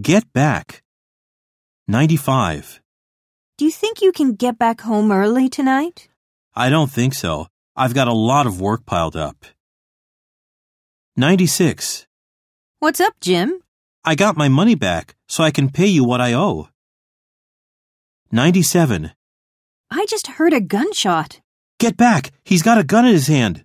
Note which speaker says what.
Speaker 1: Get back. 95.
Speaker 2: Do you think you can get back home early tonight?
Speaker 1: I don't think so. I've got a lot of work piled up. 96.
Speaker 2: What's up, Jim?
Speaker 1: I got my money back, so I can pay you what I owe. 97.
Speaker 2: I just heard a gunshot.
Speaker 1: Get back! He's got a gun in his hand.